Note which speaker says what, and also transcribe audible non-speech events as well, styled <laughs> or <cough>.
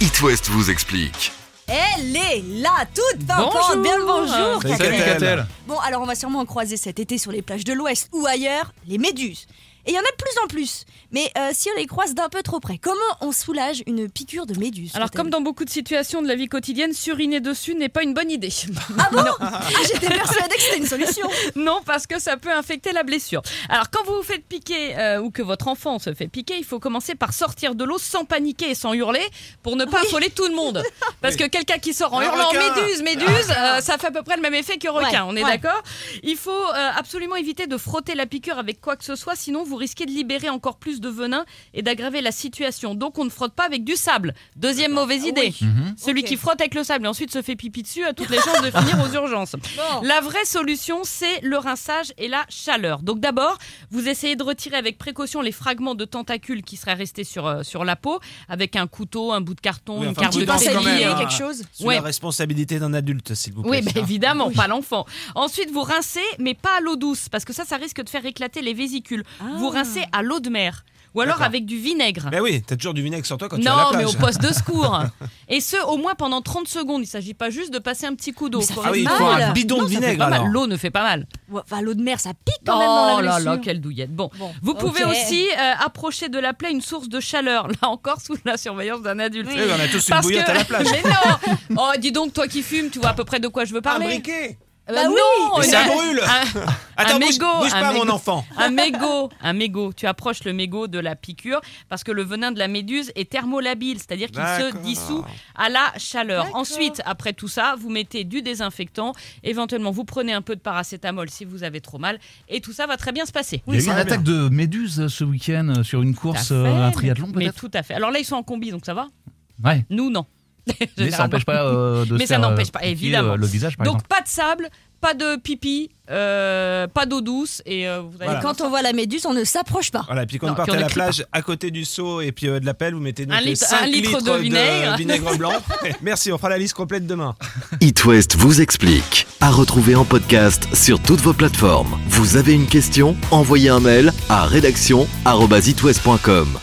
Speaker 1: It West vous explique.
Speaker 2: Elle est là, toute pimpante. Bien le bonjour,
Speaker 3: Salut,
Speaker 2: Catel.
Speaker 3: Catel.
Speaker 2: Bon, alors on va sûrement en croiser cet été sur les plages de l'Ouest ou ailleurs les méduses. Et il y en a de plus en plus. Mais euh, si on les croise d'un peu trop près, comment on soulage une piqûre de méduse
Speaker 4: Alors,
Speaker 2: Catel
Speaker 4: comme dans beaucoup de situations de la vie quotidienne, suriner dessus n'est pas une bonne idée. <laughs>
Speaker 2: Ah bon Ah, j'étais persuadée que c'était une solution.
Speaker 4: non, parce que ça peut infecter la blessure. Alors, quand vous vous faites piquer euh, ou que votre enfant se fait piquer, il faut commencer par sortir de l'eau sans paniquer et sans hurler pour ne pas affoler tout
Speaker 2: <laughs>
Speaker 4: le monde. Parce que quelqu'un qui sort en
Speaker 3: Le
Speaker 4: hurlant
Speaker 3: requin
Speaker 4: méduse, méduse, euh, ça fait à peu près le même effet que requin,
Speaker 2: Ah. Ouais,
Speaker 4: on est
Speaker 2: ouais.
Speaker 4: d'accord Il faut euh, absolument éviter de frotter la piqûre avec quoi que ce soit, sinon vous risquez de libérer encore plus de venin et d'aggraver la situation. Donc, on ne frotte pas avec du sable. Deuxième
Speaker 2: Ah
Speaker 4: mauvaise idée. Celui
Speaker 2: Ok.
Speaker 4: qui frotte avec le sable et ensuite se fait pipi dessus a toutes les chances de finir aux urgences.
Speaker 2: <laughs> Bon.
Speaker 4: La vraie solution, c'est le rinçage et la chaleur. Donc d'abord, vous essayez de retirer avec précaution les fragments de tentacules qui seraient restés sur, euh, sur la peau avec un couteau, un bout de carton,
Speaker 3: Oui,
Speaker 4: une
Speaker 3: enfin,
Speaker 4: carte
Speaker 3: un
Speaker 4: de
Speaker 3: petit pinceau
Speaker 2: penses à
Speaker 3: quand
Speaker 4: papier,
Speaker 3: même,
Speaker 2: lier
Speaker 3: hein.
Speaker 2: quelque chose
Speaker 3: Sous
Speaker 4: Ouais.
Speaker 3: la responsabilité d'un adulte, s'il vous plaît.
Speaker 4: oui, bah,
Speaker 3: ça.
Speaker 4: évidemment, pas l'enfant. Ensuite, vous rincez, mais pas à l'eau douce, parce que ça, ça risque de faire éclater les vésicules. Vous
Speaker 2: Ah.
Speaker 4: rincez à l'eau de mer, ou alors
Speaker 3: D'accord.
Speaker 4: avec du vinaigre.
Speaker 3: Bah oui, t'as toujours du vinaigre sur toi quand tu vas à
Speaker 4: Non,
Speaker 3: la plage.
Speaker 4: mais au poste
Speaker 3: <laughs>
Speaker 4: de secours. Et ce, au moins pendant 30 secondes. Il s'agit pas juste de passer un petit coup d'eau.
Speaker 2: Mais ça
Speaker 4: Faut
Speaker 2: fait
Speaker 3: Ah oui, il
Speaker 4: rester-
Speaker 3: faut
Speaker 2: mal.
Speaker 3: un bidon
Speaker 4: Non,
Speaker 3: de
Speaker 4: ça fait
Speaker 3: vinaigre
Speaker 4: pas mal.
Speaker 3: alors.
Speaker 4: L'eau ne fait pas mal.
Speaker 2: Ouais, Enfin, l'eau de mer, ça pique quand même dans
Speaker 4: oh
Speaker 2: la
Speaker 4: là
Speaker 2: blessure.
Speaker 4: là, quelle douillette. Bon,
Speaker 2: Bon,
Speaker 4: vous
Speaker 2: ok.
Speaker 4: pouvez aussi euh, approcher de la plaie une source de chaleur, <laughs> là encore sous la surveillance d'un adulte.
Speaker 2: Oui.
Speaker 3: Oui, on a tous une
Speaker 4: Parce
Speaker 3: bouillotte
Speaker 4: que-
Speaker 3: à la plage.
Speaker 4: <laughs> Mais non Oh, dis donc, toi qui fumes, tu vois à peu près de quoi je veux
Speaker 3: Un
Speaker 4: parler.
Speaker 3: briquet
Speaker 4: Euh,
Speaker 2: Bah oui.
Speaker 4: non,
Speaker 3: Mais
Speaker 4: une-
Speaker 3: ça brûle.
Speaker 4: un-
Speaker 3: Attends, bouge,
Speaker 4: mégot,
Speaker 3: bouge
Speaker 4: un
Speaker 3: pas mon
Speaker 4: mégot.
Speaker 3: enfant.
Speaker 4: un mégot, un mégot. Tu approches le mégot de la piqûre parce que le venin de la méduse est thermolabile, c'est-à-dire qu'il se
Speaker 3: D'accord.
Speaker 4: dissout à la chaleur.
Speaker 2: D'accord.
Speaker 4: Ensuite, après tout ça, vous mettez du désinfectant. Éventuellement, vous prenez un peu de paracétamol si vous avez trop mal, et tout ça va très bien se passer.
Speaker 5: Il y a eu
Speaker 3: ça
Speaker 5: une
Speaker 3: va
Speaker 5: attaque de méduse euh, ce week-end euh, sur une course,
Speaker 4: Tout à
Speaker 5: euh, un
Speaker 4: fait,
Speaker 5: triathlon
Speaker 4: Mais
Speaker 5: peut-être
Speaker 4: tout à fait. Alors là, ils sont en combi, donc ça va. <laughs>
Speaker 5: Ouais.
Speaker 4: Nous, non.
Speaker 5: Mais ça n'empêche pas euh, de
Speaker 4: Mais
Speaker 5: se
Speaker 4: ça
Speaker 5: faire, euh,
Speaker 4: n'empêche pas,
Speaker 5: piquer, euh,
Speaker 4: évidemment.
Speaker 5: le visage par
Speaker 4: Donc
Speaker 5: exemple.
Speaker 4: pas de sable, pas de pipi, euh, pas d'eau douce, et euh, vous allez
Speaker 3: Voilà.
Speaker 2: Quand on voit la méduse, on ne s'approche pas.
Speaker 3: Voilà, puis quand
Speaker 4: Non,
Speaker 3: on part
Speaker 4: puis on
Speaker 3: à la
Speaker 4: ne crie
Speaker 3: plage, à côté du seau et puis euh, de la pelle, vous mettez donc
Speaker 4: Un
Speaker 3: les
Speaker 4: litre-
Speaker 3: cinq
Speaker 4: un litre
Speaker 3: litres
Speaker 4: de vinaigre.
Speaker 3: vinaigre
Speaker 4: <laughs>
Speaker 3: blanc. Merci, on fera la liste complète demain.
Speaker 1: It West vous explique. À retrouver en podcast sur toutes vos plateformes. Vous avez une question Envoyez un mail à rédaction@itwest.com.